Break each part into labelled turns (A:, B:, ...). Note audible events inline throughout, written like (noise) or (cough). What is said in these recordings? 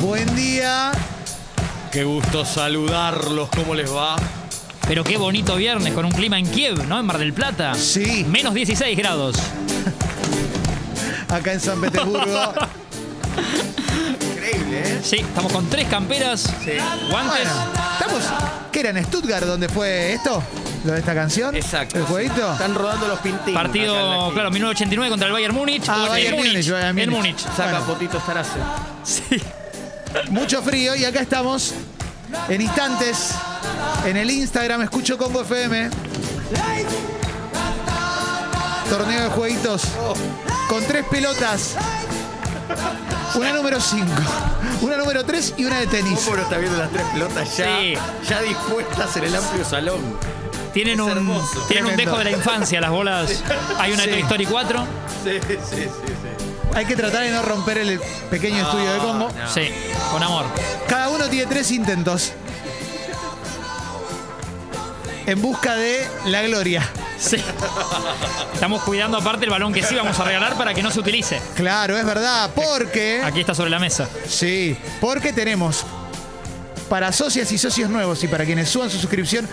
A: Buen día.
B: Qué gusto saludarlos, ¿cómo les va?
C: Pero qué bonito viernes con un clima en Kiev, ¿no? En Mar del Plata.
A: Sí.
C: Menos 16 grados.
A: Acá en San Petersburgo. Increíble, ¿eh?
C: Sí, estamos con tres camperas, guantes.
A: Bueno, estamos. ¿Qué era en Stuttgart donde fue esto? ¿Lo de esta canción?
D: Exacto.
A: ¿El jueguito?
D: Están rodando los pintines.
C: Partido,
D: acá en la esquina.
C: claro, 1989 contra el Bayern Múnich.
A: Ah,
C: O en
A: Bayern
C: Múnich.
A: Múnich, Bayern
C: En
A: Múnich.
C: Múnich.
D: Saca
A: Bueno.
D: fotito Sarase.
C: Sí.
A: Mucho frío y acá estamos. En instantes. En el Instagram escucho Congo FM. Torneo de jueguitos. Con tres pelotas. Una número 5, una número 3 y una de tenis.
D: ¿Cómo no está viendo las tres pelotas ya?
C: Sí.
D: Ya dispuestas en el amplio salón.
C: Tienen,
D: Es
C: un,
D: hermoso.
C: tienen un
A: Tremendo.
C: dejo de la infancia las bolas. Hay una
A: Sí.
C: de Toy Story 4.
D: Sí, sí, sí, sí.
A: Hay que tratar de no romper el pequeño estudio de Congo.
D: No.
C: Sí, con amor.
A: Cada uno tiene tres intentos. En busca de la gloria.
C: Sí. Estamos cuidando aparte el balón que sí vamos a regalar para que no se utilice.
A: Claro, es verdad, porque...
C: Aquí está sobre la mesa.
A: Sí, porque tenemos para socias y socios nuevos y para quienes suban su suscripción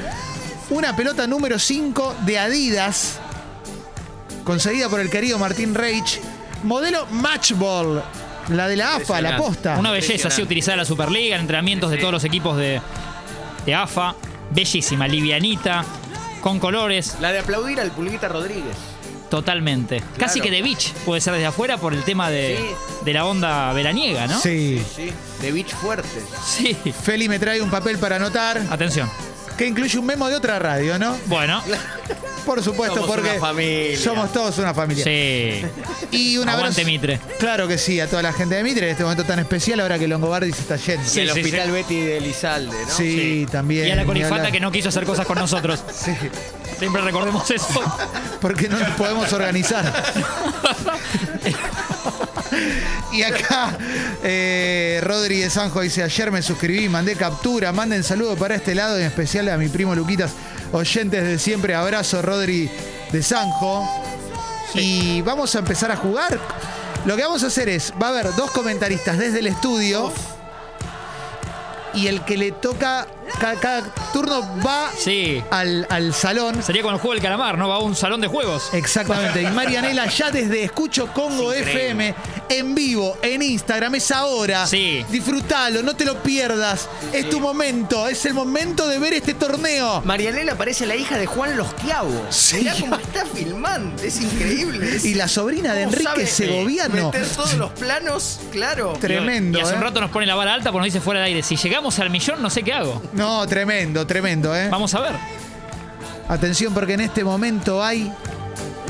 A: una pelota número 5 de Adidas conseguida por el querido Martín Reich, modelo Matchball, la de la AFA, la
D: Impresionante.
A: posta.
C: Una belleza, sí,
D: Impresionante.
C: utilizada en la Superliga, en entrenamientos de todos los equipos de, de AFA. Bellísima, livianita, con colores,
D: La de aplaudir al Pulguita Rodríguez.
C: totalmente. Casi que
D: Claro.
C: de beach puede ser desde afuera por el tema de,
D: Sí.
C: de la onda veraniega, ¿no?
A: Sí.
D: Sí. De Beach Fuerte.
C: Sí.
A: Feli me trae un papel para anotar
C: Atención.
A: que incluye un memo de otra radio, ¿no?
C: Bueno,
A: Por supuesto,
D: Somos
A: porque
D: una familia.
A: somos todos una familia.
C: sí.
A: Y un abrazo.
C: Aguante Mitre.
A: Claro que sí, a toda la gente de Mitre en este momento tan especial ahora que Longobardi se está yendo.
C: Sí,
D: el
C: sí,
D: Hospital
C: sí.
D: Betty de Elizalde, ¿no?
A: Sí, también.
C: Y a la
A: ni
C: corifata
A: hablar.
C: que no quiso hacer cosas con nosotros.
A: Sí,
C: Siempre
A: (laughs)
C: recordemos eso.
A: porque no nos podemos
C: (laughs)
A: organizar. Y acá eh, Rodri de Sanjo dice, ayer me suscribí, mandé captura, manden saludos para este lado, en especial a mi primo Luquitas, oyentes de siempre, abrazo Rodri de Sanjo. Y vamos a empezar a jugar. Lo que vamos a hacer es, va a haber dos comentaristas desde el estudio. Y el que le toca, ca- cada, turno va
C: Sí.
A: al, al salón.
C: Sería con el juego del calamar, ¿no? Va a un salón de juegos.
A: Exactamente. Y Marianela ya desde Escucho Congo
D: Es
A: FM
D: increíble.
A: en vivo, en Instagram, es ahora.
C: Sí.
A: Disfrutalo, no te lo pierdas. Es tu momento, es el momento de ver este torneo.
D: Marianela parece la hija de Juan Losquiavo.
A: Sí.
D: Mirá cómo está filmando. Es increíble. (laughs) Es-
A: Y la sobrina de
D: ¿Cómo
A: Enrique
D: sabe, eh,
A: Segoviano.
D: Meter todos los planos, claro.
A: Tremendo.
C: Y hace un
A: ¿eh?
C: rato nos pone la vara alta porque nos dice fuera del aire. Si llegamos al millón, no sé qué hago.
A: No, tremendo, tremendo, ¿eh?
C: Vamos a ver.
A: Atención, porque en este momento hay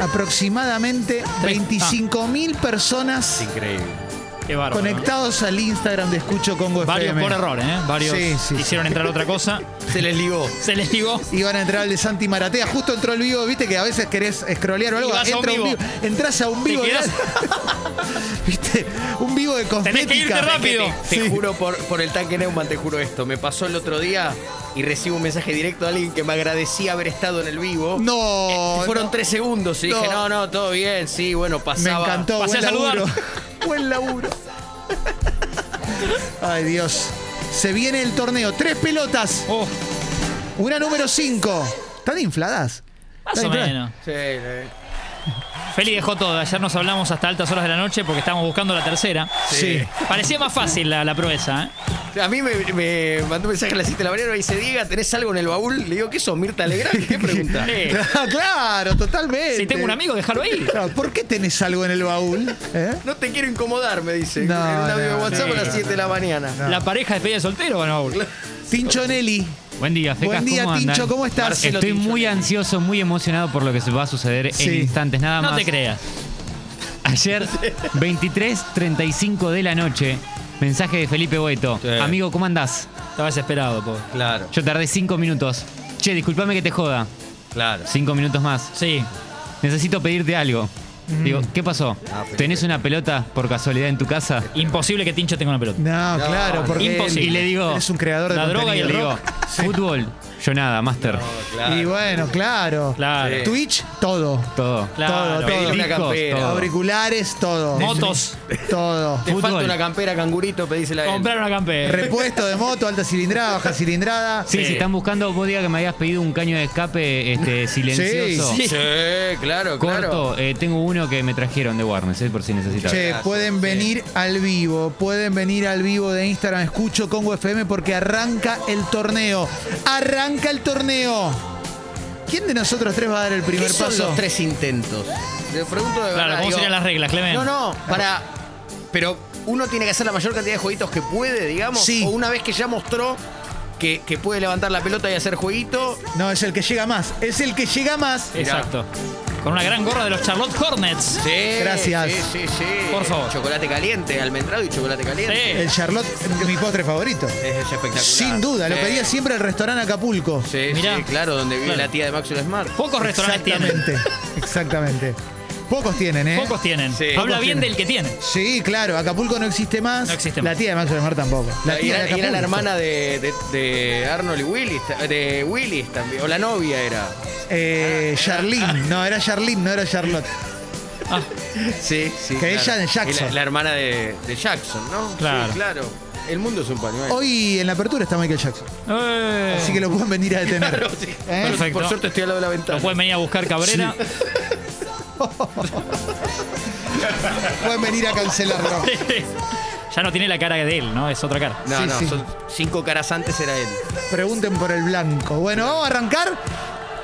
A: aproximadamente
C: ah.
A: 25.000 personas
D: Increíble.
C: Qué bárbaro. ¿no?
A: conectados al Instagram de Escucho Congo
C: Varios
A: FM.
C: por error, ¿eh? Varios
A: Sí, sí, sí.
C: hicieron entrar otra cosa.
D: Se les ligó.
C: Se les
A: (laughs)
C: digo.
A: Iban a entrar al de Santi Maratea. Justo entró el vivo, viste que a veces querés scrollear o algo.
C: Y vas a un
A: entra un
C: vivo.
A: vivo. Entrás a un
C: Te
A: vivo.
C: quedás-
A: mirá. (laughs) viste, un vivo de cosmética.
C: Tenés que irte rápido.
D: Te
A: Sí.
D: juro por, por el tanque Neumann, te juro esto. Me pasó el otro día y recibo un mensaje directo de alguien que me agradecía haber estado en el vivo.
A: No.
D: Fueron
A: no.
D: tres segundos y
A: No.
D: dije, no, no, todo bien, sí, bueno,
A: Me
D: pasaba.
A: encantó.
C: Pasé
A: Buen
C: a saludar.
A: laburo. (laughs) Buen laburo. Ay, Dios. Se viene el torneo. Tres pelotas.
C: Oh,
A: Una número cinco. ¿Están infladas?
C: más
A: ¿Están
C: o
A: infladas?
C: menos.
D: Sí, eh.
C: Feli dejó todo. Ayer nos hablamos hasta altas horas de la noche porque estábamos buscando la tercera.
A: Sí.
C: Parecía más fácil la, la proeza, ¿eh?
D: A mí me, me mandó un mensaje a las 7 de la mañana y me dice, Diega, ¿tenés algo en el baúl? Le digo, ¿qué sos, Mirta Legrand?
A: (laughs)
D: ¿Qué pregunta?
C: Sí.
A: claro, totalmente.
C: Si tengo un amigo, déjalo ahí.
A: Claro, ¿Por qué tenés algo en el baúl? ¿Eh?
D: No te quiero incomodar, me dice.
A: No,
D: en un audio de
A: no,
D: WhatsApp
C: no.
D: a las 7 de la mañana.
C: La pareja despedida de soltero, bueno, Raúl.
A: Tincho Nelly.
E: Buen día, Fecas.
A: Buen día,
E: ¿cómo andan?
A: Tincho, ¿cómo estás?
D: Marcelo
E: Estoy
D: Tincho.
E: muy ansioso, muy emocionado por lo que se va a suceder
A: Sí.
E: en instantes. Nada más.
C: No te creas.
E: Ayer, 23.35 de la noche, mensaje de Felipe Boeto.
D: Sí.
E: Amigo, ¿cómo andás?
C: Estaba desesperado, pobre.
D: Claro,
E: Yo tardé 5 minutos. Che, discúlpame que te joda.
D: claro.
E: 5 minutos más.
C: Sí.
E: Necesito pedirte algo. Digo, ¿qué pasó?
D: Ah,
A: pues,
D: Felipe.
E: ¿Tenés
A: eh.
E: una pelota por casualidad en tu casa?
C: Imposible que Tincho tenga una pelota.
A: No, claro, porque
C: imposible.
E: Y le digo,
A: es un creador de
C: La droga y
A: contenido.
C: el
E: Le digo,
C: rock.
E: fútbol,
C: Yo nada, Master.
D: claro.
A: Y bueno, claro.
F: Claro.
D: Sí.
A: Twitch, todo.
C: Todo.
F: Claro.
A: Todo, todo.
D: Pedí una
C: Discos,
D: campera.
C: todo.
A: Auriculares, todo.
F: Motos.
A: Todo.
D: Te falta
C: Fútbol.
D: una campera cangurito, pedísela a él.
F: Comprar una campera.
A: Repuesto de moto, alta cilindrada, baja cilindrada.
C: Sí,
D: Sí.
C: si están buscando, vos diga que me habías pedido un caño de escape este, silencioso.
D: (laughs) Sí, claro,
C: Corto,
D: claro.
C: Eh, tengo uno que me trajeron de Warnes, eh, por si necesitas.
A: Che, pueden venir al vivo, pueden venir al vivo de Instagram, escucho Congo FM porque arranca el torneo. Arranca el torneo. ¿Quién de nosotros tres va a dar el
D: ¿Qué
A: primer
D: son
A: paso?
D: los tres intentos? Te pregunto de verdad.
F: Claro, ¿cómo
D: digo,
F: serían las reglas, Clemen?
D: No, no, para. Pero uno tiene que hacer la mayor cantidad de jueguitos que puede, digamos.
A: Sí.
D: O una vez que ya mostró que, que puede levantar la pelota y hacer jueguito.
A: No, es el que llega más, es el que llega más.
F: Exacto. Con una gran gorra de los Charlotte Hornets.
D: Sí,
A: Gracias.
D: Sí, sí, sí.
F: Por favor.
D: Chocolate caliente, almendrado y chocolate caliente.
F: Sí.
A: El Charlotte, mi postre favorito.
D: Es, es espectacular.
A: Sin duda, lo
D: Sí.
A: pedía siempre el restaurante Acapulco.
D: Sí,
F: Mirá.
D: sí, claro, donde vive
F: Claro.
D: la tía de Maxwell Smart.
F: Pocos restaurantes tienen.
A: Exactamente, exactamente. Pocos tienen, ¿eh?
F: Pocos tienen.
D: Sí.
F: Habla
A: Pocos
F: bien
A: tienen.
F: del que tiene.
A: Sí, claro, Acapulco no existe más.
F: No existe
A: la
F: más.
A: tía de Maxwell Mar tampoco. La
D: Y
A: tía de
D: era, y era
A: Acapulco.
D: la hermana de, de- de Arnold y Willis, ta- de Willis también, o la novia era.
A: Eh, Charlene, no, era Charlene, no era Charlotte.
F: Ah,
D: Sí, sí.
A: Que ella de
D: Y la-
A: Jackson.
D: La, hermana de, de Jackson, ¿no?
F: Claro.
D: Sí, claro. El mundo es un pañuelo.
A: Hoy en la apertura está Michael Jackson,
F: eh.
A: así que lo pueden venir a detener.
D: Claro, sí.
A: ¿Eh?
F: Perfecto.
D: Por suerte estoy al lado de la
F: Lo
D: ventana.
F: pueden venir a buscar Cabrera.
A: Pueden venir a cancelarlo.
F: (laughs) ya no tiene la cara de él, ¿no? Es otra cara.
D: No,
A: Sí,
D: no,
A: sí.
D: son cinco caras antes era él.
A: Pregunten por el blanco. Bueno, vamos a arrancar.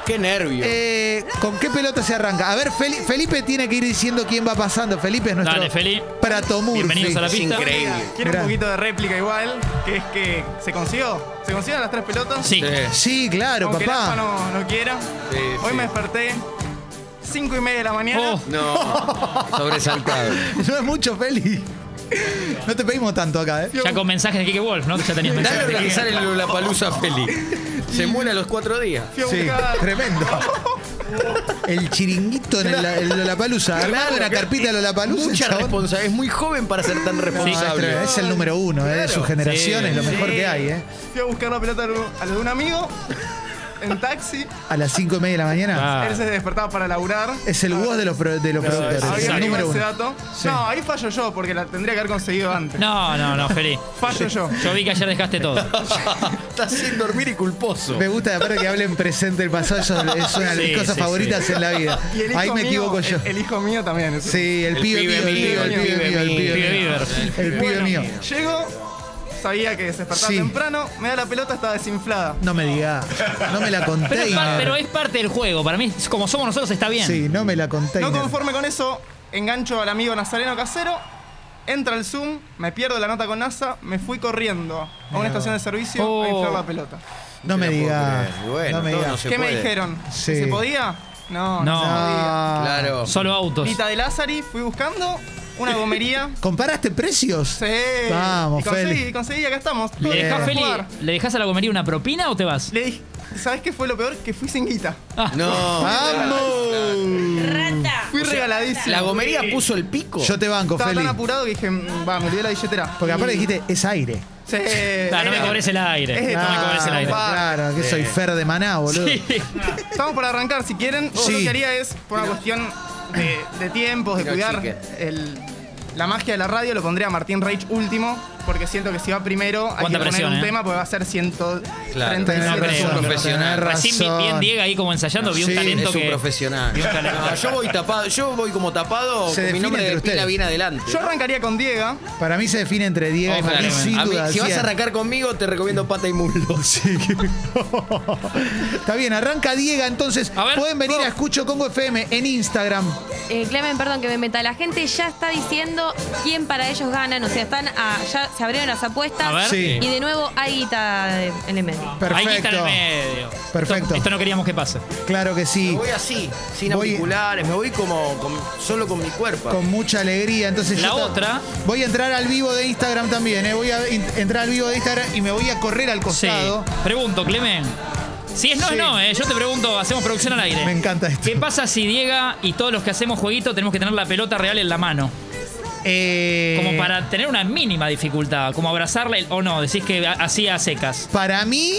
D: Qué nervio.
A: Eh, ¿Con qué pelota se arranca? A ver, Feli- Felipe tiene que ir diciendo quién va pasando. Felipe es nuestro
F: Dale, Feli.
A: Pratomurphy.
F: Bienvenidos a la
D: es
F: pista.
D: increíble.
G: Quiero
A: Mirá.
G: un poquito de réplica igual, que es que se consiguió. ¿Se consiguieron las tres pelotas?
F: Sí.
A: Sí, claro,
G: Aunque el AFA
A: papá.
G: no, no quiera.
D: Sí,
G: Hoy
D: sí.
G: me desperté 5 y media de la mañana.
F: Oh.
A: (laughs)
D: No, sobresaltado.
A: No es mucho, Feli. No te pedimos tanto acá, ¿eh?
F: Ya con mensajes de Kike Wolf, ¿no? Ya tenías
D: Dale a
F: mensajes de
D: organizar
F: Kike.
D: el La Palusa Feli. Se muere a los cuatro días.
G: Fui a
A: Sí,
G: buscar-
A: tremendo. El chiringuito en el, en Lollapalooza. Armaba
D: Claro,
A: una
D: claro.
A: carpita de Lollapalooza.
D: Mucha
A: chabón.
D: responsabilidad. Es muy joven para ser tan
A: No, es
D: responsable.
A: tremendo. es el número uno, ¿eh? De su
D: Claro.
A: generación
F: Sí.
A: es lo mejor
G: Sí.
A: que hay, ¿eh?
G: Fui a buscar la pelota a lo a lo de un amigo en taxi.
A: A las cinco y media de la mañana.
F: Ah.
G: Él se despertaba para laburar.
A: Es el voz de los, pro- de los productores.
G: Había
A: El
F: exacto.
G: leído
A: número
G: ese
A: uno.
G: dato.
A: Sí.
G: No, ahí fallo yo porque la tendría que haber conseguido antes.
F: No, no, no, Feli.
G: Fallo yo.
F: Yo vi que ayer dejaste todo.
D: Está sin dormir y culposo.
A: Me gusta de parte que hablen presente el pasado. Eso es una de mis
F: Sí,
A: cosas
F: sí,
A: favoritas en la vida.
G: Y el hijo
A: Ahí me
G: mío,
A: equivoco yo.
G: El, el hijo mío también. es-
A: sí, el,
D: El
A: pibe mío,
D: pibe
A: el pibe, el
D: mío,
A: pibe mío, el
F: Pibe
A: pibe mío.
F: Bieber.
A: El pibe
G: Bueno,
A: mío.
G: Llego, sabía que se despertaba
A: Sí.
G: temprano, me da la pelota, estaba desinflada.
A: No me digas. No me la
F: Pero es, par- pero
A: container.
F: es parte del juego. Para mí, es- como somos nosotros, está bien.
A: Sí, no me la container.
G: No conforme con eso, engancho al amigo Nazareno Casero, entra al Zoom, me pierdo la nota con NASA, me fui corriendo a una estación de servicio
F: Oh.
G: a inflar la pelota.
A: No me
D: Te la puedo
A: digas.
D: creer. Bueno,
A: no me
D: todo
A: digas.
D: no se
G: ¿Qué me
D: puede.
G: dijeron?
A: Sí.
G: ¿Se podía? No,
F: No.
G: no, se podía.
A: Ah.
D: Claro.
F: Solo autos.
G: Pita de Lázari, fui buscando una gomería. (laughs)
A: ¿Comparaste precios?
G: Sí.
A: Vamos,
G: y conseguí,
A: Feli.
G: conseguí, acá estamos. Todo
F: ¿Le
A: Bien.
F: dejás,
G: para
F: Feli,
G: jugar.
F: ¿Le dejás a la gomería una propina o te vas?
G: Le dije, ¿sabes qué fue lo peor? Que fui sin guita.
A: Ah.
D: No.
A: ¡Vamos!
F: Ah,
H: Rata.
G: Fui regaladísimo.
D: La gomería puso el pico.
A: Yo te banco,
G: Estaba
A: Feli.
G: tan apurado que dije, "Mm, va, me olvidé la billetera.
A: Porque aparte
G: Y-
A: dijiste, es aire.
G: Sí.
F: Ah, no me
G: era-
F: cobres el aire.
G: Eh,
F: No me
A: Claro,
F: cobres el aire.
G: pa.
A: Claro, que soy Fer de Maná, boludo.
G: Estamos por arrancar, si quieren. Yo
A: Sí.
G: lo que haría es, por una cuestión de, de tiempos, de
D: Tiro
G: cuidar
D: chique.
G: el- la magia de la radio, lo pondría a Martín Reich último, porque siento que si va primero hay que
F: Cuánta
G: poner
F: presión,
G: un
F: eh.
G: tema, porque va a ser 137.
D: Claro.
A: Tenés
F: No creo.
A: razón, tenés
D: Profesional.
F: Recién vi-
A: razón.
F: bien Diego ahí como ensayando, vi un
A: Sí,
F: talento
D: Es un
F: que.
D: profesional.
F: Dios, talento.
D: No, yo voy tapado, yo voy como tapado,
A: Se
D: con mi
A: define
D: nombre de
A: entre
D: pila
A: ustedes.
D: bien adelante.
G: Yo arrancaría con Diego.
A: Para mí se define entre Diego y
F: Ojalá,
A: Martín,
F: man.
A: sin
D: A mí,
A: duda.
D: si vas
A: sí.
D: a arrancar conmigo, te recomiendo pata y muslo.
A: (laughs) Está bien, arranca Diego entonces.
F: A ver,
A: Pueden venir
F: vos.
A: a Escucho Congo FM en Instagram.
H: Eh, Clemen, perdón que me meta. La gente ya está diciendo quién para ellos ganan. O sea, están a- ya se abrieron las apuestas.
F: A ver.
A: Sí.
H: Y de nuevo hay guita de- en el medio.
F: Ahí está en
A: Perfecto.
F: el medio.
A: Perfecto.
F: Esto, esto no queríamos que pase.
A: Claro que
D: Me
A: sí.
D: voy así, sin
A: Voy-
D: auriculares, me voy como con- solo con mi cuerpo.
A: Con mucha alegría. Entonces
F: La
A: yo ta-
F: otra.
A: Voy a entrar al vivo de Instagram también. ¿eh? Voy a in- entrar al vivo de Instagram y me voy a correr al
F: Sí.
A: costado.
F: Pregunto, Clemen. Si es no,
A: Sí.
F: es no, eh. Yo te pregunto, hacemos producción al aire.
A: Me encanta esto.
F: ¿Qué pasa si Diego y todos los que hacemos jueguito tenemos que tener la pelota real en la mano?
A: Eh,
F: Como para tener una mínima dificultad, como abrazarla el- o no, decís que a- así a secas.
A: Para mí,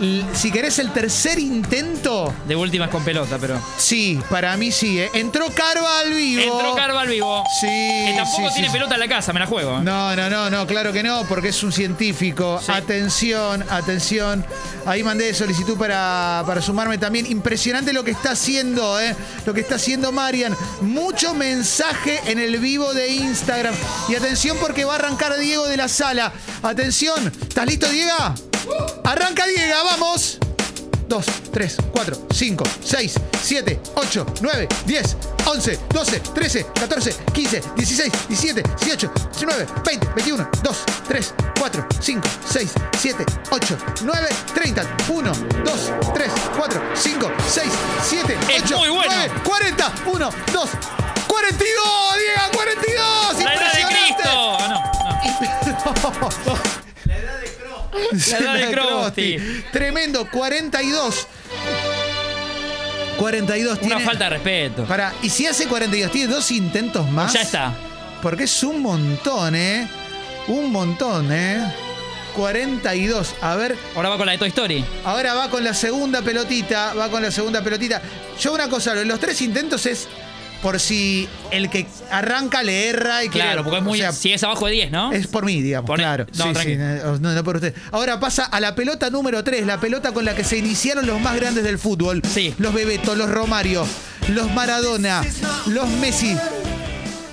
A: l- si querés el tercer intento,
F: De última es con pelota, pero.
A: sí, para mí sí. ¿eh? Entró Carva al vivo.
F: Entró Carva al vivo.
A: Sí,
F: Que tampoco
A: sí,
F: tiene
A: sí.
F: pelota en la casa, me la juego. ¿eh?
A: No, no, no, no, claro que no, porque es un científico.
F: Sí.
A: Atención, atención. Ahí mandé solicitud para, para sumarme también. Impresionante lo que está haciendo, ¿eh? Lo que está haciendo Marian. Mucho mensaje en el vivo de Instagram. Y atención porque va a arrancar Diego de la sala. Atención, ¿estás listo, Diego?
F: Uh.
A: Arranca Diego, vamos. 2, 3, 4, 5, 6, 7, 8, 9, 10, 11, 12, 13, 14, 15, 16, 17, 18, 19, 20, 21, 2, 3, 4, 5, 6, 7, 8, 9, 30, 1, 2, 3, 4, 5, 6, 7,
F: Es
A: 8,
F: muy bueno.
A: 9, 40, 1, 2, 42, Diego, 42.
F: ¡La edad de
A: impresionante.
F: Cristo! Ah, no, no.
A: La
F: edad de Crosti.
A: Tremendo, 42. 42 tiene.
F: Una falta de respeto.
A: Pará, y si hace 42, tiene dos intentos más.
F: Ya está.
A: Porque es un montón, ¿eh? Un montón, ¿eh? 42. A ver,
F: Ahora va con la de Toy Story.
A: ahora va con la segunda pelotita. Va con la segunda pelotita. Yo una cosa, los tres intentos es por si el que arranca le erra y quiere-
F: Claro, porque es
A: o
F: muy.
A: sea,
F: si es abajo de 10, ¿no?
A: es por mí, digamos.
F: Por-
A: claro.
F: no,
A: Sí, sí,
F: tranqui.
A: no, no, no por usted. Ahora pasa a la pelota número 3, la pelota con la que se iniciaron los más grandes del fútbol.
F: Sí.
A: Los Bebeto, los Romario, los Maradona, los Messi.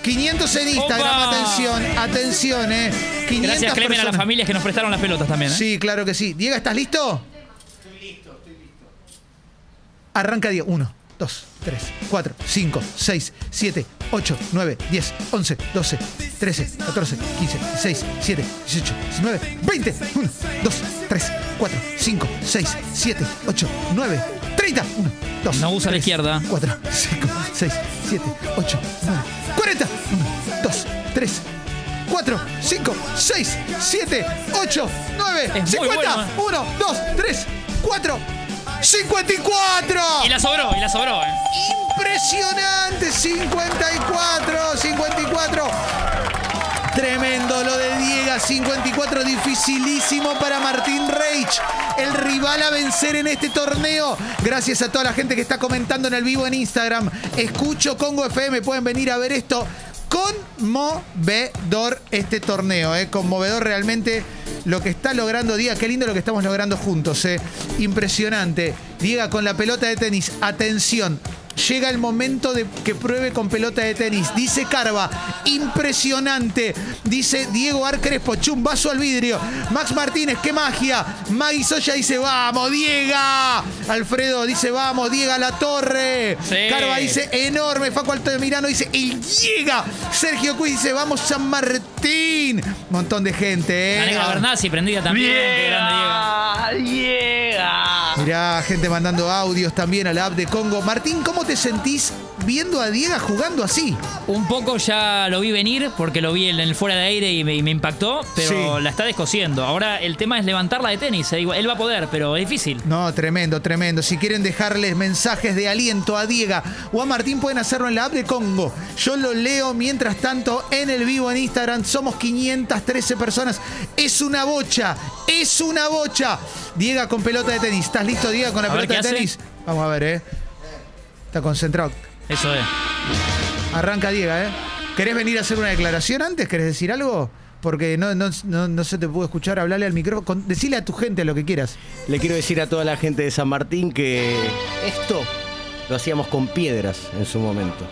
A: 500 en Instagram,
F: ¡Opa!
A: atención, atención, eh. 500
F: Gracias, Clemen, a las
A: personas.
F: familias que nos prestaron las pelotas también. ¿eh?
A: Sí, claro que sí. Diego, ¿estás listo? Estoy listo, estoy listo. Arranca Diego. 1, 2, 3, 4, 5, 6, 7, 8, 9, 10, 11, 12, 13, 14, 15, 16, 7, 18, 19, 20. 1, 2, 3, 4, 5, 6, 7, 8, 9, 30. 1, 2,
F: No usa la izquierda.
A: 4, 5, 6, 7, 8, 9, 40. 1, 2, 3, 4, 5, 6, 7, 8, 9,
F: Es muy
A: 50.
F: bueno, ¿eh?
A: 1, 2, 3, 4, 54.
F: Y la sobró, y la sobró, ¿eh?
A: Impresionante. 54, 54. Tremendo lo de Diego, 54, dificilísimo para Martín Reich, el rival a vencer en este torneo. Gracias a toda la gente que está comentando en el vivo en Instagram. Escucho Congo FM, pueden venir a ver esto. Conmovedor este torneo, ¿eh? conmovedor realmente lo que está logrando Diego. Qué lindo lo que estamos logrando juntos, ¿eh? impresionante. Diego con la pelota de tenis, atención, Llega el momento de que pruebe con pelota de tenis. Dice Carva, impresionante. Dice Diego Arcrespo, chumbazo al vidrio. Max Martínez, qué magia. Maggie Soya dice, vamos, Diego. Alfredo dice, vamos, Diego a la torre.
F: Sí.
A: Carva dice, enorme. Facu Altamirano dice, el Diego. Sergio Cuiz dice, vamos, San Martín. Montón de gente,
F: La
A: ¿eh?
F: negra Bernazzi prendida también. Qué grande, Diego.
A: Mirá, gente mandando audios también a la app de Congo. Martín, ¿cómo te sentís viendo a Diego jugando así?
F: Un poco ya lo vi venir porque lo vi en el fuera de aire y me, y me impactó, pero
A: Sí.
F: la está descosiendo. Ahora el tema es levantarla de tenis. eh, digo, Él va a poder, pero es difícil.
A: No, tremendo, tremendo. Si quieren dejarles mensajes de aliento a Diego o a Martín, pueden hacerlo en la app de Congo. Yo lo leo mientras tanto en el vivo en Instagram. Somos 513 personas. Es una bocha, es una bocha. Diego con pelota de tenis. ¿Estás listo, Diego, con la
F: A ver,
A: pelota de
F: ¿qué hace?
A: tenis? Vamos a ver, ¿eh? Está concentrado.
F: Eso es.
A: Arranca Diego, ¿eh? ¿Querés venir a hacer una declaración antes? ¿Querés decir algo? Porque no, no- no- no se te pudo escuchar. Hablarle al micrófono. Decile a tu gente lo que quieras.
D: Le quiero decir a toda la gente de San Martín que esto lo hacíamos con piedras en su momento.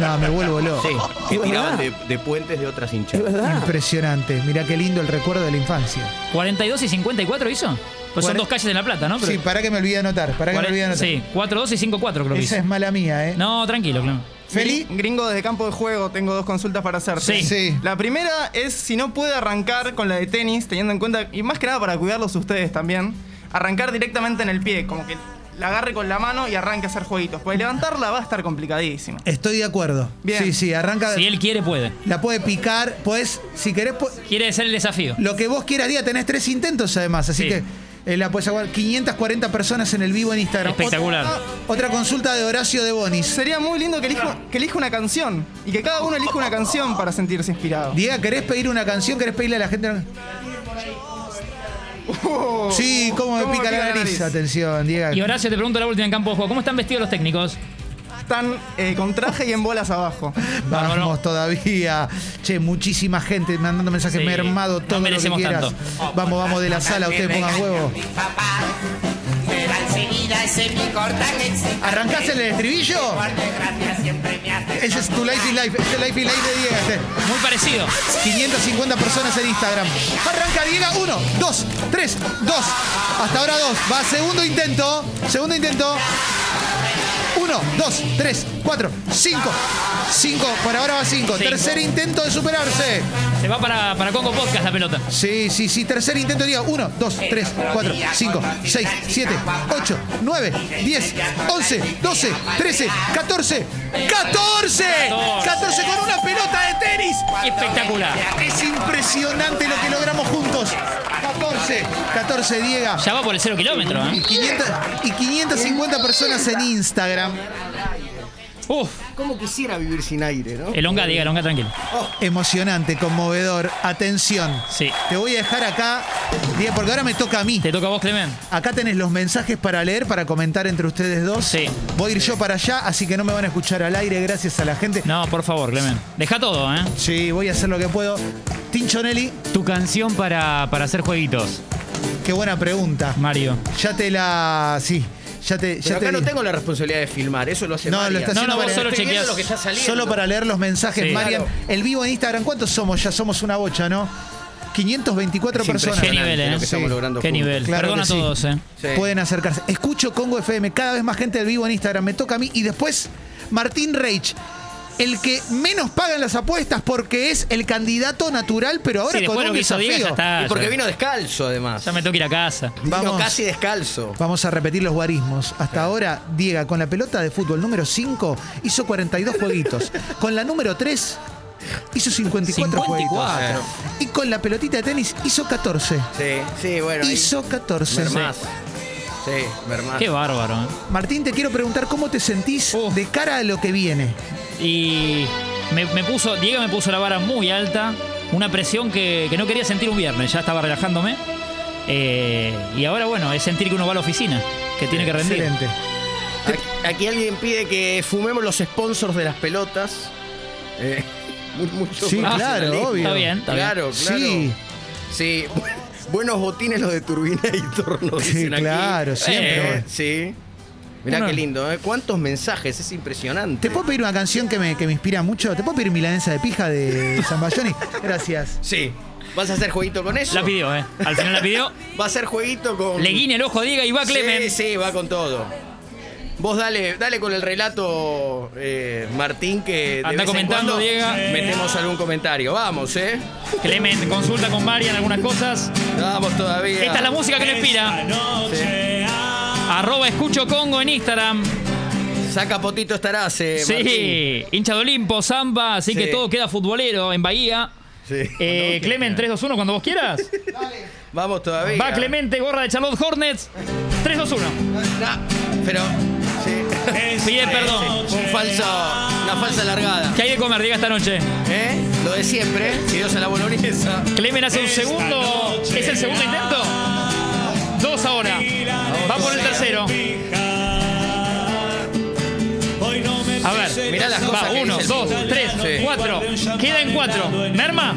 A: No, me vuelvo loco.
D: Sí, que tiraban de, de puentes de otras hinchadas.
F: Ah.
A: Impresionante. Mirá qué lindo el recuerdo de la infancia.
F: 42 y 54 hizo. Pues son
A: Cuare-
F: dos calles de La Plata, ¿no? Pero-
A: sí, para que me olvide anotar. Para que me
F: cuare-
A: olvide anotar.
F: sí, 42 y 54 creo que
A: Esa
F: hizo.
A: es mala mía, ¿eh?
F: No, tranquilo, claro.
A: Feli.
G: Gringo desde campo de juego, tengo dos consultas para hacerte.
F: Sí.
A: Sí.
G: La primera es si no puede arrancar con la de tenis, teniendo en cuenta, y más que nada para cuidarlos ustedes también, arrancar directamente en el pie, como que la agarre con la mano y arranque a hacer jueguitos. Pues levantarla va a estar complicadísimo.
A: Estoy de acuerdo.
G: Bien.
A: Sí, sí, arranca.
F: Si él quiere, puede.
A: La puede picar. Pues, si querés, po-
F: Quiere hacer el desafío.
A: lo que vos quieras, día tenés tres intentos además. Así
F: Sí.
A: que eh, la puedes aguardar. 540 personas en el vivo en Instagram.
F: Espectacular.
A: Otra, otra consulta de Horacio de Bonis.
G: Sería muy lindo que elija, que elija una canción y que cada uno elija una canción para sentirse inspirado.
A: Diego, ¿querés pedir una canción? ¿Querés pedirle a la gente? una- Sí, Oh, cómo me pica la nariz. Atención, Diego.
F: Y Horacio, te pregunto la última en campo de juego. ¿Cómo están vestidos los técnicos?
G: Están eh, con traje y en bolas abajo.
A: Vamos
F: Bárbaro.
A: todavía. Che, muchísima gente mandando mensajes
F: Sí,
A: mermado,
F: no
A: todo lo que
F: merecemos
A: quieras.
F: tanto.
A: Vamos, vamos de la sala, ustedes pongan huevo.
I: Pero enseguida se me cortan el cigarro.
A: ¿Arrancás el estribillo?
I: Porque gracias siempre me hace
A: Ese es tu Life is Life, ese Life is Life de Diego. este.
F: Muy parecido.
A: 550 personas en Instagram. Arranca Diego, uno, dos, tres, dos. Hasta ahora dos. Va, segundo intento, segundo intento. Uno, dos, tres, cuatro, cinco. Cinco, por ahora va cinco.
F: Cinco.
A: Tercer intento de superarse.
F: Se va para, para Congo Podcast la pelota.
A: Sí, sí, sí. Tercer intento, Diego. 1, 2, 3, 4, 5, 6, 7, 8, 9, 10, 11, 12, 13, 14. ¡14! 14 con una pelota de tenis.
F: Espectacular.
A: Es impresionante lo que logramos juntos. 14, 14, Diego.
F: Ya va por el cero kilómetro,
A: Y,
F: ¿eh?
A: 500 y 550 personas en Instagram.
F: Uf,
D: ¿Cómo quisiera vivir sin aire, no?
F: el honga, diga, el honga, tranquilo.
A: Emocionante, conmovedor. Atención.
F: Sí.
A: Te voy a dejar acá, Diego, porque ahora me toca a mí.
F: Te toca a vos, Clemen.
A: Acá tenés los mensajes para leer, para comentar entre ustedes dos.
F: Sí.
A: Voy a ir yo para allá, así que no me van a escuchar al aire, gracias a la gente.
F: No, por favor, Clemen. Deja todo, ¿eh?
A: Sí, voy a hacer lo que puedo. Tincho Nelly,
C: Tu canción para, para hacer jueguitos,
A: qué buena pregunta.
F: Mario.
A: Ya te la. Sí, ya te. ya
D: Pero acá
A: te
D: no
A: di.
D: tengo la responsabilidad de filmar, eso lo hace
A: No,
D: Marian.
A: lo está
F: No,
A: haciendo
F: no, vos
A: Marian.
F: solo
D: Estoy viendo
F: chequeás.
D: lo que está saliendo.
A: Solo para leer los mensajes,
F: Sí.
A: Marian.
D: Claro.
A: El vivo en Instagram, ¿cuántos somos? Ya somos una bocha, ¿no? 524 personas.
F: Qué nivel, ¿eh?
D: Lo que estamos
A: Sí.
D: logrando
F: Qué
D: juntos.
F: nivel.
A: Claro
F: Perdona
A: que sí.
F: a todos, ¿eh?
D: Sí.
A: Pueden acercarse. Escucho Congo FM, cada vez más gente del vivo en Instagram, me toca a mí. Y después, Martín Reich, el que menos paga en las apuestas porque es el candidato natural, pero ahora
F: Sí,
A: con
F: después lo
A: un
F: que hizo Diego ya
A: desafío.
F: está.
D: Y porque
F: ya-
D: vino descalzo, además.
F: Ya me tengo que ir a casa.
A: Vamos.
D: Vino casi descalzo.
A: Vamos a repetir los guarismos. Hasta ahora, Diego, con la pelota de fútbol número 5, hizo 42
D: (laughs)
A: jueguitos. Con la número 3, hizo 54,
F: 54.
A: jueguitos. Y con la pelotita de tenis, hizo 14.
D: Sí, sí, bueno. ahí-
A: Hizo 14.
D: Mermás. Sí, Mermás.
F: Qué bárbaro, ¿eh?
A: Martín, te quiero preguntar cómo te sentís
F: Uf.
A: de cara a lo que viene.
F: Y me, me puso, Diego me puso la vara muy alta, una presión que, que no quería sentir un viernes, ya estaba relajándome. Eh, y ahora, bueno, es sentir que uno va a la oficina, que tiene que rendir.
A: Excelente.
D: Aquí, aquí alguien pide que fumemos los sponsors de las pelotas. Eh, (laughs) mu- mucho
A: Sí,
D: más.
A: claro,
D: Dale.
A: obvio.
F: Está bien, está bien.
D: Claro, claro.
A: Sí.
D: Sí. Buenos botines los de turbina y torno.
A: Sí,
D: dicen aquí.
A: claro, siempre.
D: Eh, sí. Mirá
F: Uno-
D: qué lindo, ¿eh? ¿Cuántos mensajes? Es impresionante.
A: ¿Te puedo pedir una canción que me, que me inspira mucho? ¿Te puedo pedir Milanesa de Pija de Zambayoni? Gracias.
D: Sí. ¿Vas a hacer jueguito con eso?
F: La pidió, ¿eh? Al final
D: (laughs)
F: la pidió.
D: Va a hacer jueguito con.
F: Le guiña el ojo a Diego y va Ah, Clemen.
D: Sí, sí, va con todo. Vos dale, dale con el relato, eh, Martín, que de
F: Anda
D: vez en
F: comentando,
D: cuando
F: Diego.
D: Metemos algún comentario. Vamos, ¿eh?
F: Clemen consulta con Marian algunas cosas.
D: Vamos todavía.
F: Esta es la música que lo inspira. Arroba escucho Congo en Instagram.
D: Saca potito estarás, eh, Martín.
F: Sí, hincha de Olimpo, Zamba, así que
D: Sí.
F: todo queda futbolero en Bahía.
D: Sí.
F: Eh, Clemen 321 cuando vos quieras.
D: Vamos todavía.
F: Va Clemente, gorra de Charlotte Hornets. 3-2-1.
D: No, pero. Sí. Este.
F: Pide perdón.
D: Un falso. Una falsa largada.
F: ¿Qué hay de comer, Diga, esta noche?
D: ¿Eh? Lo de siempre. eh. Si Dios a la bolognesa.
F: Clemen hace un segundo. ¿Es el segundo intento? Dos ahora. Va por el tercero. A ver,
D: Mirá las cosas
F: Va,
D: que
F: uno,
D: dice el
F: dos,
D: fútbol.
F: tres,
D: Sí.
F: cuatro. Queda en cuatro. Merma.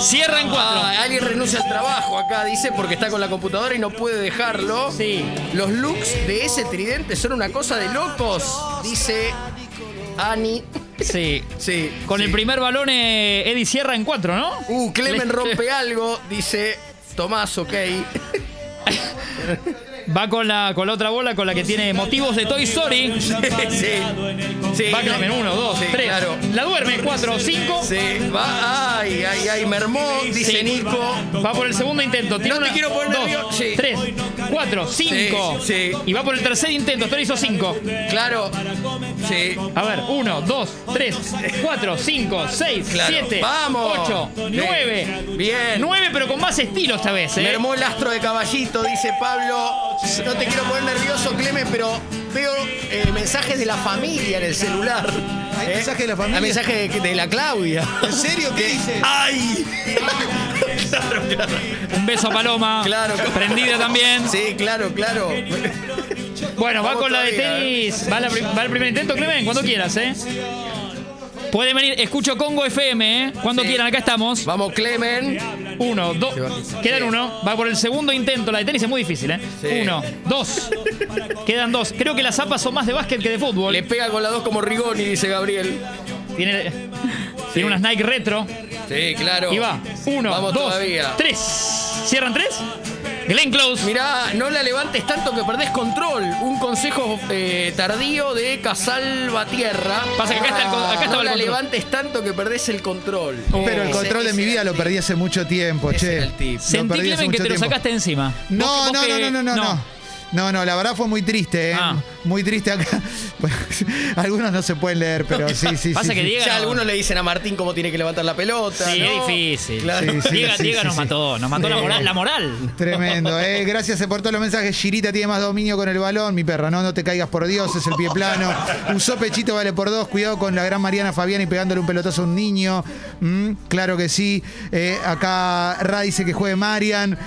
F: Cierra en cuatro.
D: Ah, alguien renuncia al trabajo acá, dice, porque está con la computadora y no puede dejarlo.
F: Sí.
D: Los looks de ese tridente son una cosa de locos, dice Ani.
F: Sí.
D: Sí.
F: Con el
D: primer.
F: primer balón, eh, Eddie cierra en cuatro, ¿no?
D: Uh, Clemen rompe algo, dice Tomás, ok.
F: Va con la, con la otra bola, con la que tiene motivos de Toy Story.
D: (laughs) sí. Sí.
F: Va Clemen, uno, dos,
D: Sí,
F: tres.
D: Claro.
F: La duerme, cuatro, cinco.
D: Sí, va. Ay, ay, ay, mermó, dice
F: Sí.
D: Nico.
F: Va por el segundo intento. Tiene
D: No te
F: una-
D: quiero poner
F: dos,
D: nervioso. Sí.
F: tres, cuatro, cinco.
D: sí.
F: Y va por el tercer intento. Esto hizo cinco.
D: Claro. Sí.
F: A ver, uno, dos, tres, cuatro, cinco, seis,
D: Claro.
F: siete,
D: Vamos.
F: ocho,
D: Sí.
F: nueve.
D: Bien.
F: Nueve, pero con más estilo esta vez, ¿eh?
D: Mermó el astro de caballito, dice Pablo. No te quiero poner nervioso, Clemen, pero veo eh, mensajes de la familia en el celular.
A: ¿Hay
D: ¿Eh?
A: mensajes de la familia?
D: (laughs) Hay mensajes de, de la Claudia.
A: ¿En serio? ¿Qué dice?
D: ¡Ay! claro.
F: Un beso a Paloma.
D: Claro.
F: Ah, Prendida también.
D: Sí, claro, claro.
F: Bueno, va
D: Vamos
F: con la de
D: todavía, ¿eh?
F: tenis. Va, la pri- va el primer intento, Clemen, cuando quieras, ¿eh? Pueden venir, escucho Congo FM, ¿eh? Cuando
D: Sí.
F: quieran, acá estamos.
D: Vamos, Clemen.
F: Uno, dos.
D: Se va.
F: Quedan
D: Sí.
F: uno. Va por el segundo intento. La de tenis es muy difícil, ¿eh?
D: Sí.
F: Uno, dos. Quedan dos. Creo que las zapas son más de básquet que de fútbol.
D: Le pega con la dos como Rigoni, dice Gabriel.
F: Tiene, tiene unas Nike retro.
D: Sí, claro.
F: Y va. Uno,
D: Vamos
F: dos,
D: todavía.
F: tres. ¿Cierran tres? Glenn Close.
D: Mirá, no la levantes tanto que perdés control. Un consejo eh, tardío de Casalvatierra.
F: Pasa que acá está el con- acá
D: no
F: estaba el
D: la
F: control. Oh.
D: levantes tanto que perdés el control.
A: Pero el
D: Ese-
A: control de
D: ese
A: mi
D: era
A: vida
D: el
A: lo
D: tip.
A: perdí hace mucho tiempo,
D: Ese
A: che.
D: era el tip.
A: Lo
F: Sentí,
A: perdí hace
F: Clemen, que
A: mucho
F: te lo
A: tiempo.
F: sacaste de encima.
A: No,
F: Vos que-
A: no,
F: vos
A: no,
F: que-
A: no, no, no. No, no, la verdad fue muy triste, ¿eh?
F: Ah.
A: Muy triste acá. (laughs) Algunos no se pueden leer, pero sí, sí,
F: Pasa
A: sí,
F: que
A: sí.
F: Diego.
D: Ya algunos le dicen a Martín cómo tiene que levantar la pelota.
F: Sí,
D: ¿no?
F: es difícil.
D: Claro.
A: Sí, sí,
F: Diego,
A: sí,
F: Diego
A: sí,
F: nos
A: sí.
F: mató, nos mató la moral. La moral.
A: (laughs) Tremendo, eh. Gracias se portó los mensajes. Girita tiene más dominio con el balón, mi perra. No, no te caigas por Dios, es el pie plano. Usó pechito, vale por dos. Cuidado con la gran Mariana Fabiani pegándole un pelotazo a un niño. Mm, claro que sí. Eh, acá Ra dice que juegue Marian.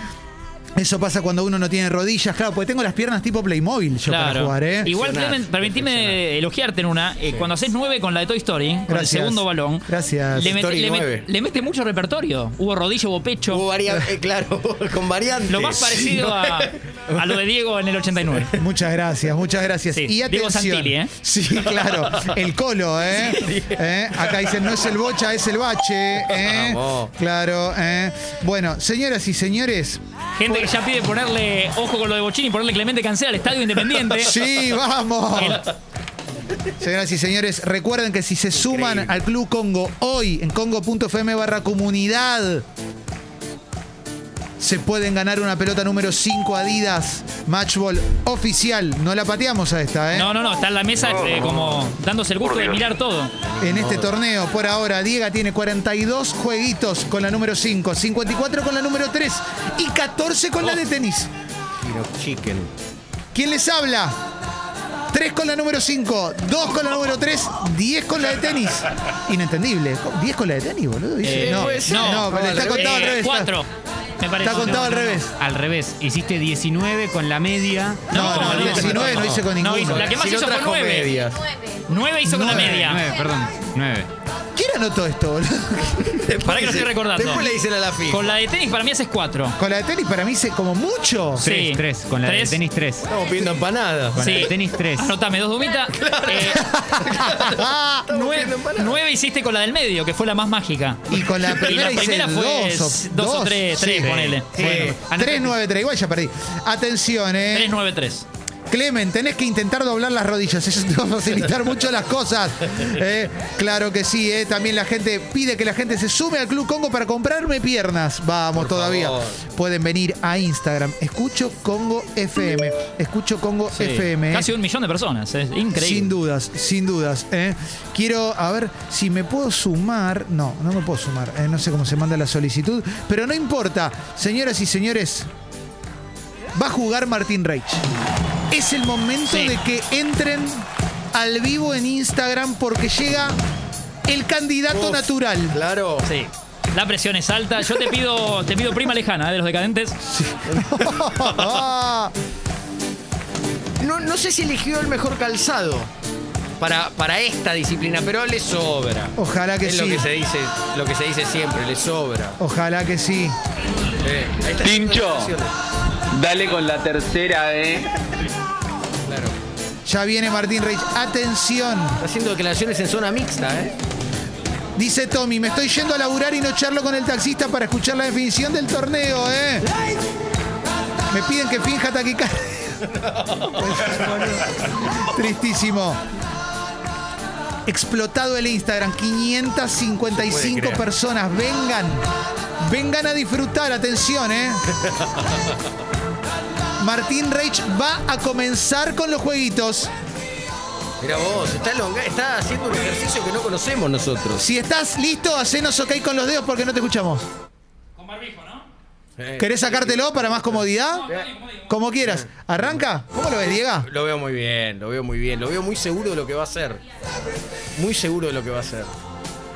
A: Eso pasa cuando uno no tiene rodillas, claro, porque tengo las piernas tipo Playmobil yo para
F: Claro.
A: jugar, ¿eh?
F: Igual,
D: Impresionante,
F: Clemen, permitime elogiarte en una. eh, Cuando haces nueve con la de Toy Story, con el
A: Gracias.
F: segundo balón.
A: Gracias.
F: Le, mete-
D: Story
F: le mete-
D: nueve.
F: le mete mucho repertorio. Hubo rodillo, hubo pecho.
D: Hubo varia- eh, claro, (laughs) con variantes.
F: lo más parecido a,
D: (laughs)
F: a lo de Diego en el 89.
A: Muchas gracias, muchas gracias.
F: Sí,
A: y
F: Diego
A: atención.
F: Santilli, ¿eh?
A: Sí, claro. El colo,
F: (laughs)
A: ¿eh? ¿Eh? Acá dicen, no es el bocha, es el bache. ¿eh?
D: Vamos.
A: Claro. ¿eh? Bueno, señoras y señores.
F: Gente que ya pide ponerle ojo con lo de Bochini, ponerle Clemente Cancela al Estadio Independiente.
A: (laughs) Sí,
F: (laughs)
A: vamos.
F: El-
A: Señoras y señores, recuerden que si se suman al Club Congo hoy en congo.fm barra comunidad, se pueden ganar una pelota número 5 Adidas Matchball oficial. No la pateamos a esta, ¿eh?
F: No, no, no, está en la mesa eh, como dándose el gusto de mirar todo.
A: en este torneo. Por ahora, Diego tiene 42 jueguitos con la número 5, 54 con la número 3 y 14 con la de tenis.
D: Chicken.
A: ¿Quién les habla? 3 con la número 5, 2 con la número 3, 10 con la de tenis. Inentendible. ¿10 con la de tenis, boludo? Dice,
F: Eh,
A: no,
D: puede ser.
A: no, pero
D: No,
A: está
D: al
A: contado al
F: Eh,
A: revés. está-
F: cuatro, me parece.
A: Está contado al revés.
C: Al revés, hiciste 19 con la media.
A: No, no,
F: no,
A: 19 no hice con
F: No,
A: ninguno.
F: la que más
D: Sin
F: hizo fue
D: otras
F: nueve.
D: comedias.
F: Nueve hizo con la
A: Nueve,
F: media.
C: 9, perdón. 9.
A: ¿Quién anotó esto, boludo?
F: Para que lo estoy recordando.
D: Después le dicen a la FIFA.
F: Con la de tenis para mí haces cuatro.
A: Con la de tenis para mí hice como mucho.
F: Sí.
C: 3, 3. Con la
F: Tres.
C: de tenis 3.
D: Estamos pidiendo empanadas.
C: Con la de tenis 3.
F: Anotame
A: (laughs)
F: dos dumitas. Eh,
A: Ah, (laughs)
F: nue- nueve hiciste con la del medio, que fue la más mágica.
A: y con la
F: (laughs) Y
A: primera,
F: la
A: hice
F: primera fue
A: dos
F: dos
A: o,
F: o, tres, tres, ponele.
D: Bueno,
C: anoté.
A: 3, 9, 3. Igual ya perdí. Atención, eh.
F: Tres, nueve, tres.
A: Clemen, tenés que intentar doblar las rodillas. Eso te va a facilitar mucho las cosas. Eh, claro que sí, eh. también la gente pide que la gente se sume al Club Congo para comprarme piernas. Vamos todavía.
D: favor.
A: Pueden venir a Instagram. Escucho Congo FM. Escucho Congo FM. eh.
F: Casi un millón de personas. Es increíble.
A: Sin dudas, sin dudas. eh. Quiero, a ver, si me puedo sumar. No, no me puedo sumar. eh, no sé cómo se manda la solicitud. Pero no importa. Señoras y señores, va a jugar Martín Reich. Es el momento
F: Sí.
A: de que entren al vivo en Instagram porque llega el candidato
D: Uf,
A: natural.
D: (laughs) Claro.
F: Sí. La presión es alta. Yo te pido, te pido prima lejana eh, de los decadentes.
A: Ah,
D: No, no sé si eligió el mejor calzado para, para esta disciplina, pero le sobra.
A: Ojalá que
D: es lo
A: sí.
D: que se dice, lo que se dice siempre, le sobra.
A: Ojalá que sí.
D: Eh, ahí está.
J: Tincho. Dale con la tercera, eh.
D: Claro.
A: Ya viene Martín Reich. Atención.
D: Está haciendo declaraciones en zona mixta, ¿eh?
A: Dice Tommy, me estoy yendo a laburar y no charlo con el taxista para escuchar la definición del torneo, ¿eh? Me piden que finja taquicardia. (laughs) Tristísimo. Explotado el Instagram, 555 personas. Vengan, vengan a disfrutar, atención, ¿eh? Martín Reich va a comenzar con los jueguitos.
D: Mira vos, está, elonga- está haciendo un ejercicio que no conocemos nosotros.
A: Si estás listo, hacenos ok con los dedos porque no te escuchamos.
F: Con barbijo, ¿no?
D: Eh,
A: ¿Querés sacártelo para más comodidad? Como quieras. ¿Arranca? ¿Cómo lo ves, Diego?
D: Lo veo muy bien, lo veo muy bien, lo veo muy seguro de lo que va a hacer. Muy seguro de lo que va a hacer.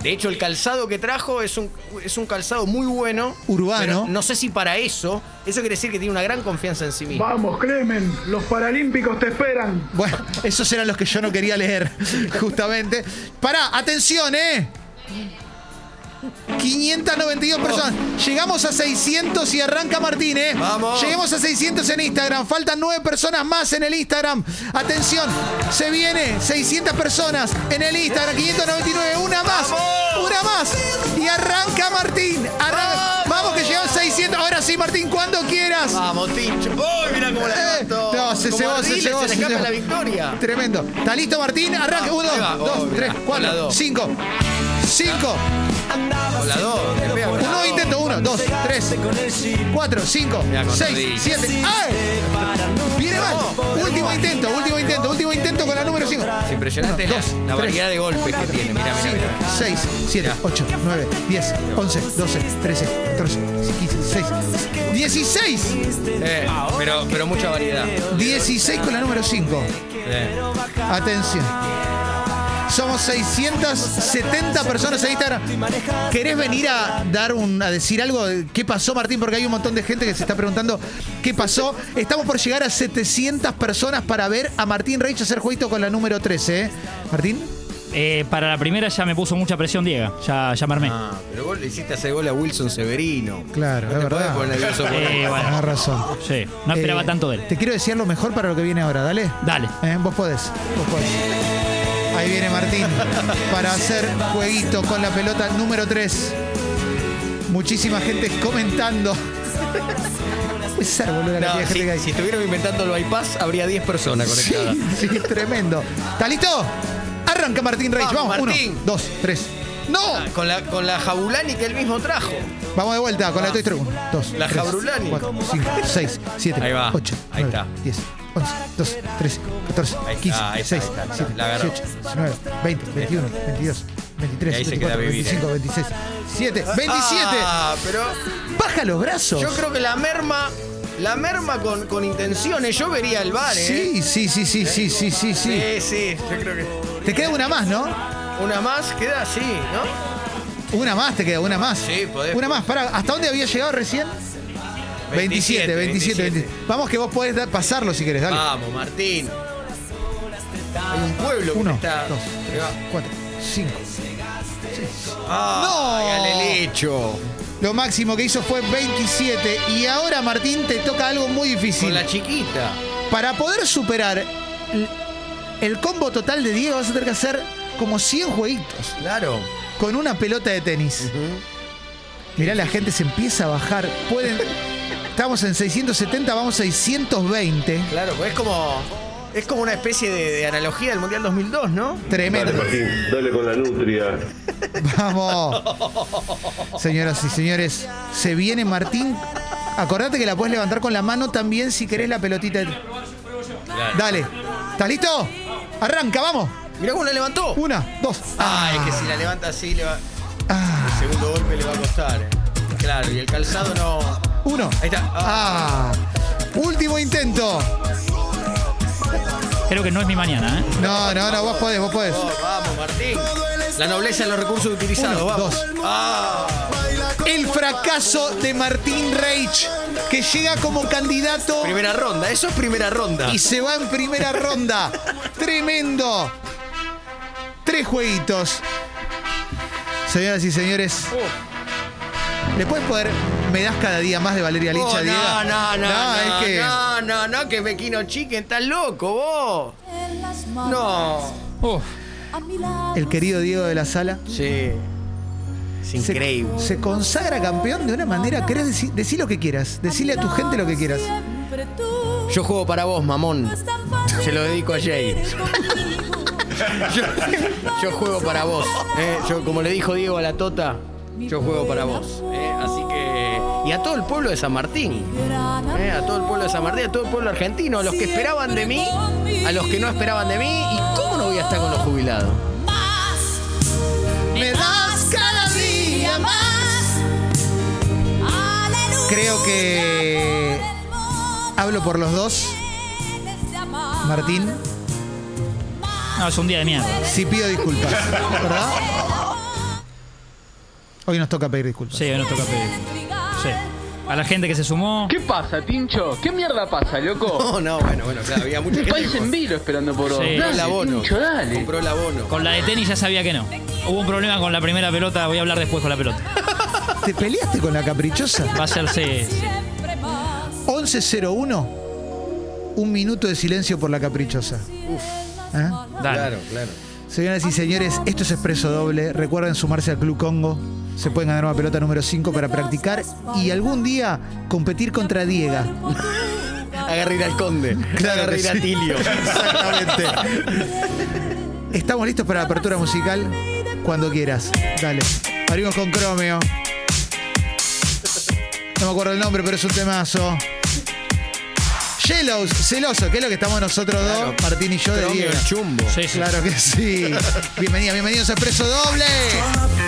D: De hecho, el calzado que trajo es un, es un calzado muy bueno.
A: Urbano.
D: pero No sé si para eso. Eso quiere decir que tiene una gran confianza en sí mismo.
K: Vamos, Clemen, los paralímpicos te esperan.
A: Bueno, esos eran los que yo no quería leer, justamente. Pará, atención, ¿eh? 592 personas. Llegamos a 600 y arranca Martín, ¿eh?
D: Vamos.
A: Lleguemos a 600 en Instagram. Faltan 9 personas más en el Instagram. Atención, se viene 600 personas en el Instagram. 599, una más. Una más. Y arranca Martín. Arranca. Vamos, que llegan 600. Ahora sí, Martín, cuando quieras.
D: Vamos, Tincho. ¡Uy, mirá cómo la
A: Eh,
D: levantó!
A: no, se
D: Como
A: cebó, se
D: Ardiles,
A: cebó,
D: le
A: se
D: escapa
A: cebó.
D: la victoria.
A: Tremendo. ¿Está listo, Martín? Arranca.
D: Ah,
A: Uno,
D: ahí va.
A: dos,
D: Oh,
A: tres,
D: mirá. Hola,
A: cuatro,
D: dos.
A: cinco. Cinco.
D: Volador, le pega
A: Uno
D: volador.
A: intento. Uno, dos, tres, cuatro, cinco,
D: Mirá, con
A: seis,
D: rodillas.
A: siete. ¡Ay! Viene mal. Último intento, último intento, último intento con la número cinco.
D: Es impresionante
A: Uno,
D: la-
A: dos,
D: la
A: tres,
D: variedad de golpes que tiene. Mirá, mirá,
A: Cinco,
D: mirá.
A: seis, siete, ocho, nueve, diez, once, doce, trece, catorce, quince, seis, dieciséis.
D: Eh, pero, pero mucha variedad.
A: 16 con la número 5.
D: Eh.
A: Atención. Somos 670 personas en Instagram. ¿Querés venir a dar un a decir algo? de ¿Qué pasó, Martín? Porque hay un montón de gente que se está preguntando qué pasó. Estamos por llegar a 700 personas para ver a Martín Reich hacer jueguito con la número 13, ¿eh? Martín.
F: Eh, para la primera ya me puso mucha presión Diego, ya, ya me armé.
D: Ah, pero vos le hiciste hacer gol a Wilson Severino.
A: Claro,
D: No
A: es
D: te podés
A: verdad.
D: poner nervioso por
F: Eh,
D: eso.
F: bueno,
A: Tenés razón.
F: sí, no esperaba
A: Eh,
F: tanto de él.
A: Te quiero decir lo mejor para lo que viene ahora, dale.
F: Dale.
A: Eh, Vos podés, vos podés. Ahí viene Martín para hacer jueguito con la pelota número 3. Muchísima gente comentando. (laughs) Puede ser, boludo, la cantidad de
D: No,
A: gente que
D: si,
A: hay.
D: si estuviéramos inventando el bypass, habría 10 personas
A: Sí,
D: conectadas.
A: sí, tremendo. ¿Está listo? Arranca Martín Reich. Vamos,
D: Vamos, Martín.
A: uno, dos, tres. ¡No!
D: Ah, Con la, con la Jabulani que él mismo trajo.
A: Vamos de vuelta con la Toy Story. Uno, dos,
D: La
A: tres,
D: Jabrulani.
A: cuatro,
D: (laughs)
A: cinco, seis, siete,
D: Ahí va.
A: ocho,
D: Ahí
A: nueve,
D: está.
A: diez, once, doce, trece, catorce,
D: Ahí está,
A: quince,
D: ahí está,
A: seis,
D: ahí está, ahí está.
A: siete,
D: La agarró.
A: dieciocho, diecinueve, veinte, veintiuno, veintidós,
D: Y ahí
A: veintitrés,
D: se queda
A: veinticuatro,
D: a vivir,
A: veinticinco, veintiséis, siete, veintisiete.
D: Ah, pero
A: Baja los brazos.
D: yo creo que la merma, la merma con, con intenciones, yo vería el bar, ¿eh?
A: Sí, sí, sí, sí, sí, sí, sí, sí.
D: Sí, sí, yo creo que.
A: Te queda una más, ¿no?
D: Una más queda así, ¿no?
A: Una más te queda, una más.
D: Sí, podés.
A: Una más, pará. ¿Hasta dónde había llegado recién? 27, 27, 27. Vamos que vos podés da- pasarlo si querés, dale.
D: Vamos, Martín. Hay un pueblo que
A: Uno,
D: está.
A: dos,
D: Ahí
A: tres,
D: va.
A: cuatro, cinco.
D: Ah,
A: ¡No!
D: ¡Ay, al helecho!
A: Lo máximo que hizo fue 27 y ahora Martín te toca algo muy
D: Con
A: difícil.
D: la chiquita.
A: Para poder superar l- el combo total de Diego vas a tener que hacer como 100 jueguitos
D: Claro.
A: con una pelota de tenis. Mirá, la gente se empieza a bajar. Pueden Estamos en 670, vamos 620.
D: Claro, pues es como. Es como una especie de, de analogía del Mundial 2002, ¿no?
A: Tremendo.
K: Dale con la nutria.
A: Vamos. Señoras y señores, se viene Martín. Acordate que la puedes levantar con la mano también si querés la pelotita. Dale. ¿Estás listo? Arranca, vamos.
D: Mirá cómo la levantó.
A: Una, dos.
D: Ay, que si la levanta así, le va-
A: Ah,
D: el segundo golpe le va a costar. eh. Claro, y el calzado no.
A: uno.
D: Ahí está.
A: Ah. Último intento.
F: Creo que no es mi mañana, ¿eh?
A: No, no, no, vos podés, vos podés.
D: Oh, vamos, Martín. La nobleza de los recursos utilizados,
A: Uno,
D: vamos.
A: dos.
D: Ah,
A: El fracaso de Martín Reich, que llega como candidato
D: primera ronda, eso es primera ronda. (laughs)
A: y se va en primera ronda. Tremendo. Tres jueguitos. Señoras y señores.
D: Oh.
A: Después poder. Me das cada día más de Valeria Licha,
D: Oh, no,
A: Diego?
D: no, no, no,
A: es que.
D: no, no, no, que Mequino Chicken, estás loco vos. No.
F: Uf,
A: El querido Diego de la Sala.
D: Sí. Es
A: se-
D: increíble.
A: Se, consagra campeón de una manera. ¿Querés decir, decí lo que quieras? Decirle a tu gente lo que quieras.
D: Yo juego para vos, mamón. (laughs) Se lo dedico a Jay. Yo, yo juego para vos. eh. Yo, como le dijo Diego a la Tota, yo juego para vos. eh. Así que. Y a todo el pueblo de San Martín. eh, A todo el pueblo de San Martín, a todo el pueblo argentino, a los que esperaban de mí, a los que no esperaban de mí. ¿Y cómo no voy a estar con los jubilados?
A: Me das cada día más. Creo que hablo por los dos. Martín,
F: no, es un día de mierda.
A: (laughs) sí pido disculpas, ¿verdad? Hoy nos toca pedir disculpas.
F: Sí, hoy nos toca pedir. Sí. A la gente que se sumó.
J: ¿Qué pasa, Tincho? ¿Qué mierda pasa, loco?
D: No, Oh, no, bueno, bueno, claro, había mucha gente.
J: País
D: que
J: en vilo esperando por vos.
F: Sí.
D: Compró el
J: Dale,
D: abono.
J: Tincho, dale.
D: Compró el abono.
F: Con la de tenis ya sabía que no. Hubo un problema con la primera pelota, voy a hablar después con la pelota.
A: ¿Te peleaste con la caprichosa?
F: Va a ser sí, sí.
A: 11.01, un minuto de silencio por la caprichosa. ¿Eh?
F: Dale.
D: Claro, claro.
A: Señoras y señores, esto es Expreso Doble. Recuerden sumarse al Club Congo. Se pueden ganar una pelota número 5 para practicar y algún día competir contra Diega.
D: Agarra ir al conde.
A: Claro
D: Agarra
A: que
D: ir a
A: sí.
D: Tilio.
A: (laughs) Exactamente. Estamos listos para la apertura musical cuando quieras. Dale. Abrimos con Cromeo. No me acuerdo el nombre, pero es un temazo. Yellows, celoso, que es lo que estamos nosotros dos,
D: Claro.
A: Martín y yo de
D: Cromeo,
A: Diego.
D: el chumbo.
F: Sí, sí.
A: Claro que sí. Bienvenida, bienvenidos a Expreso Doble.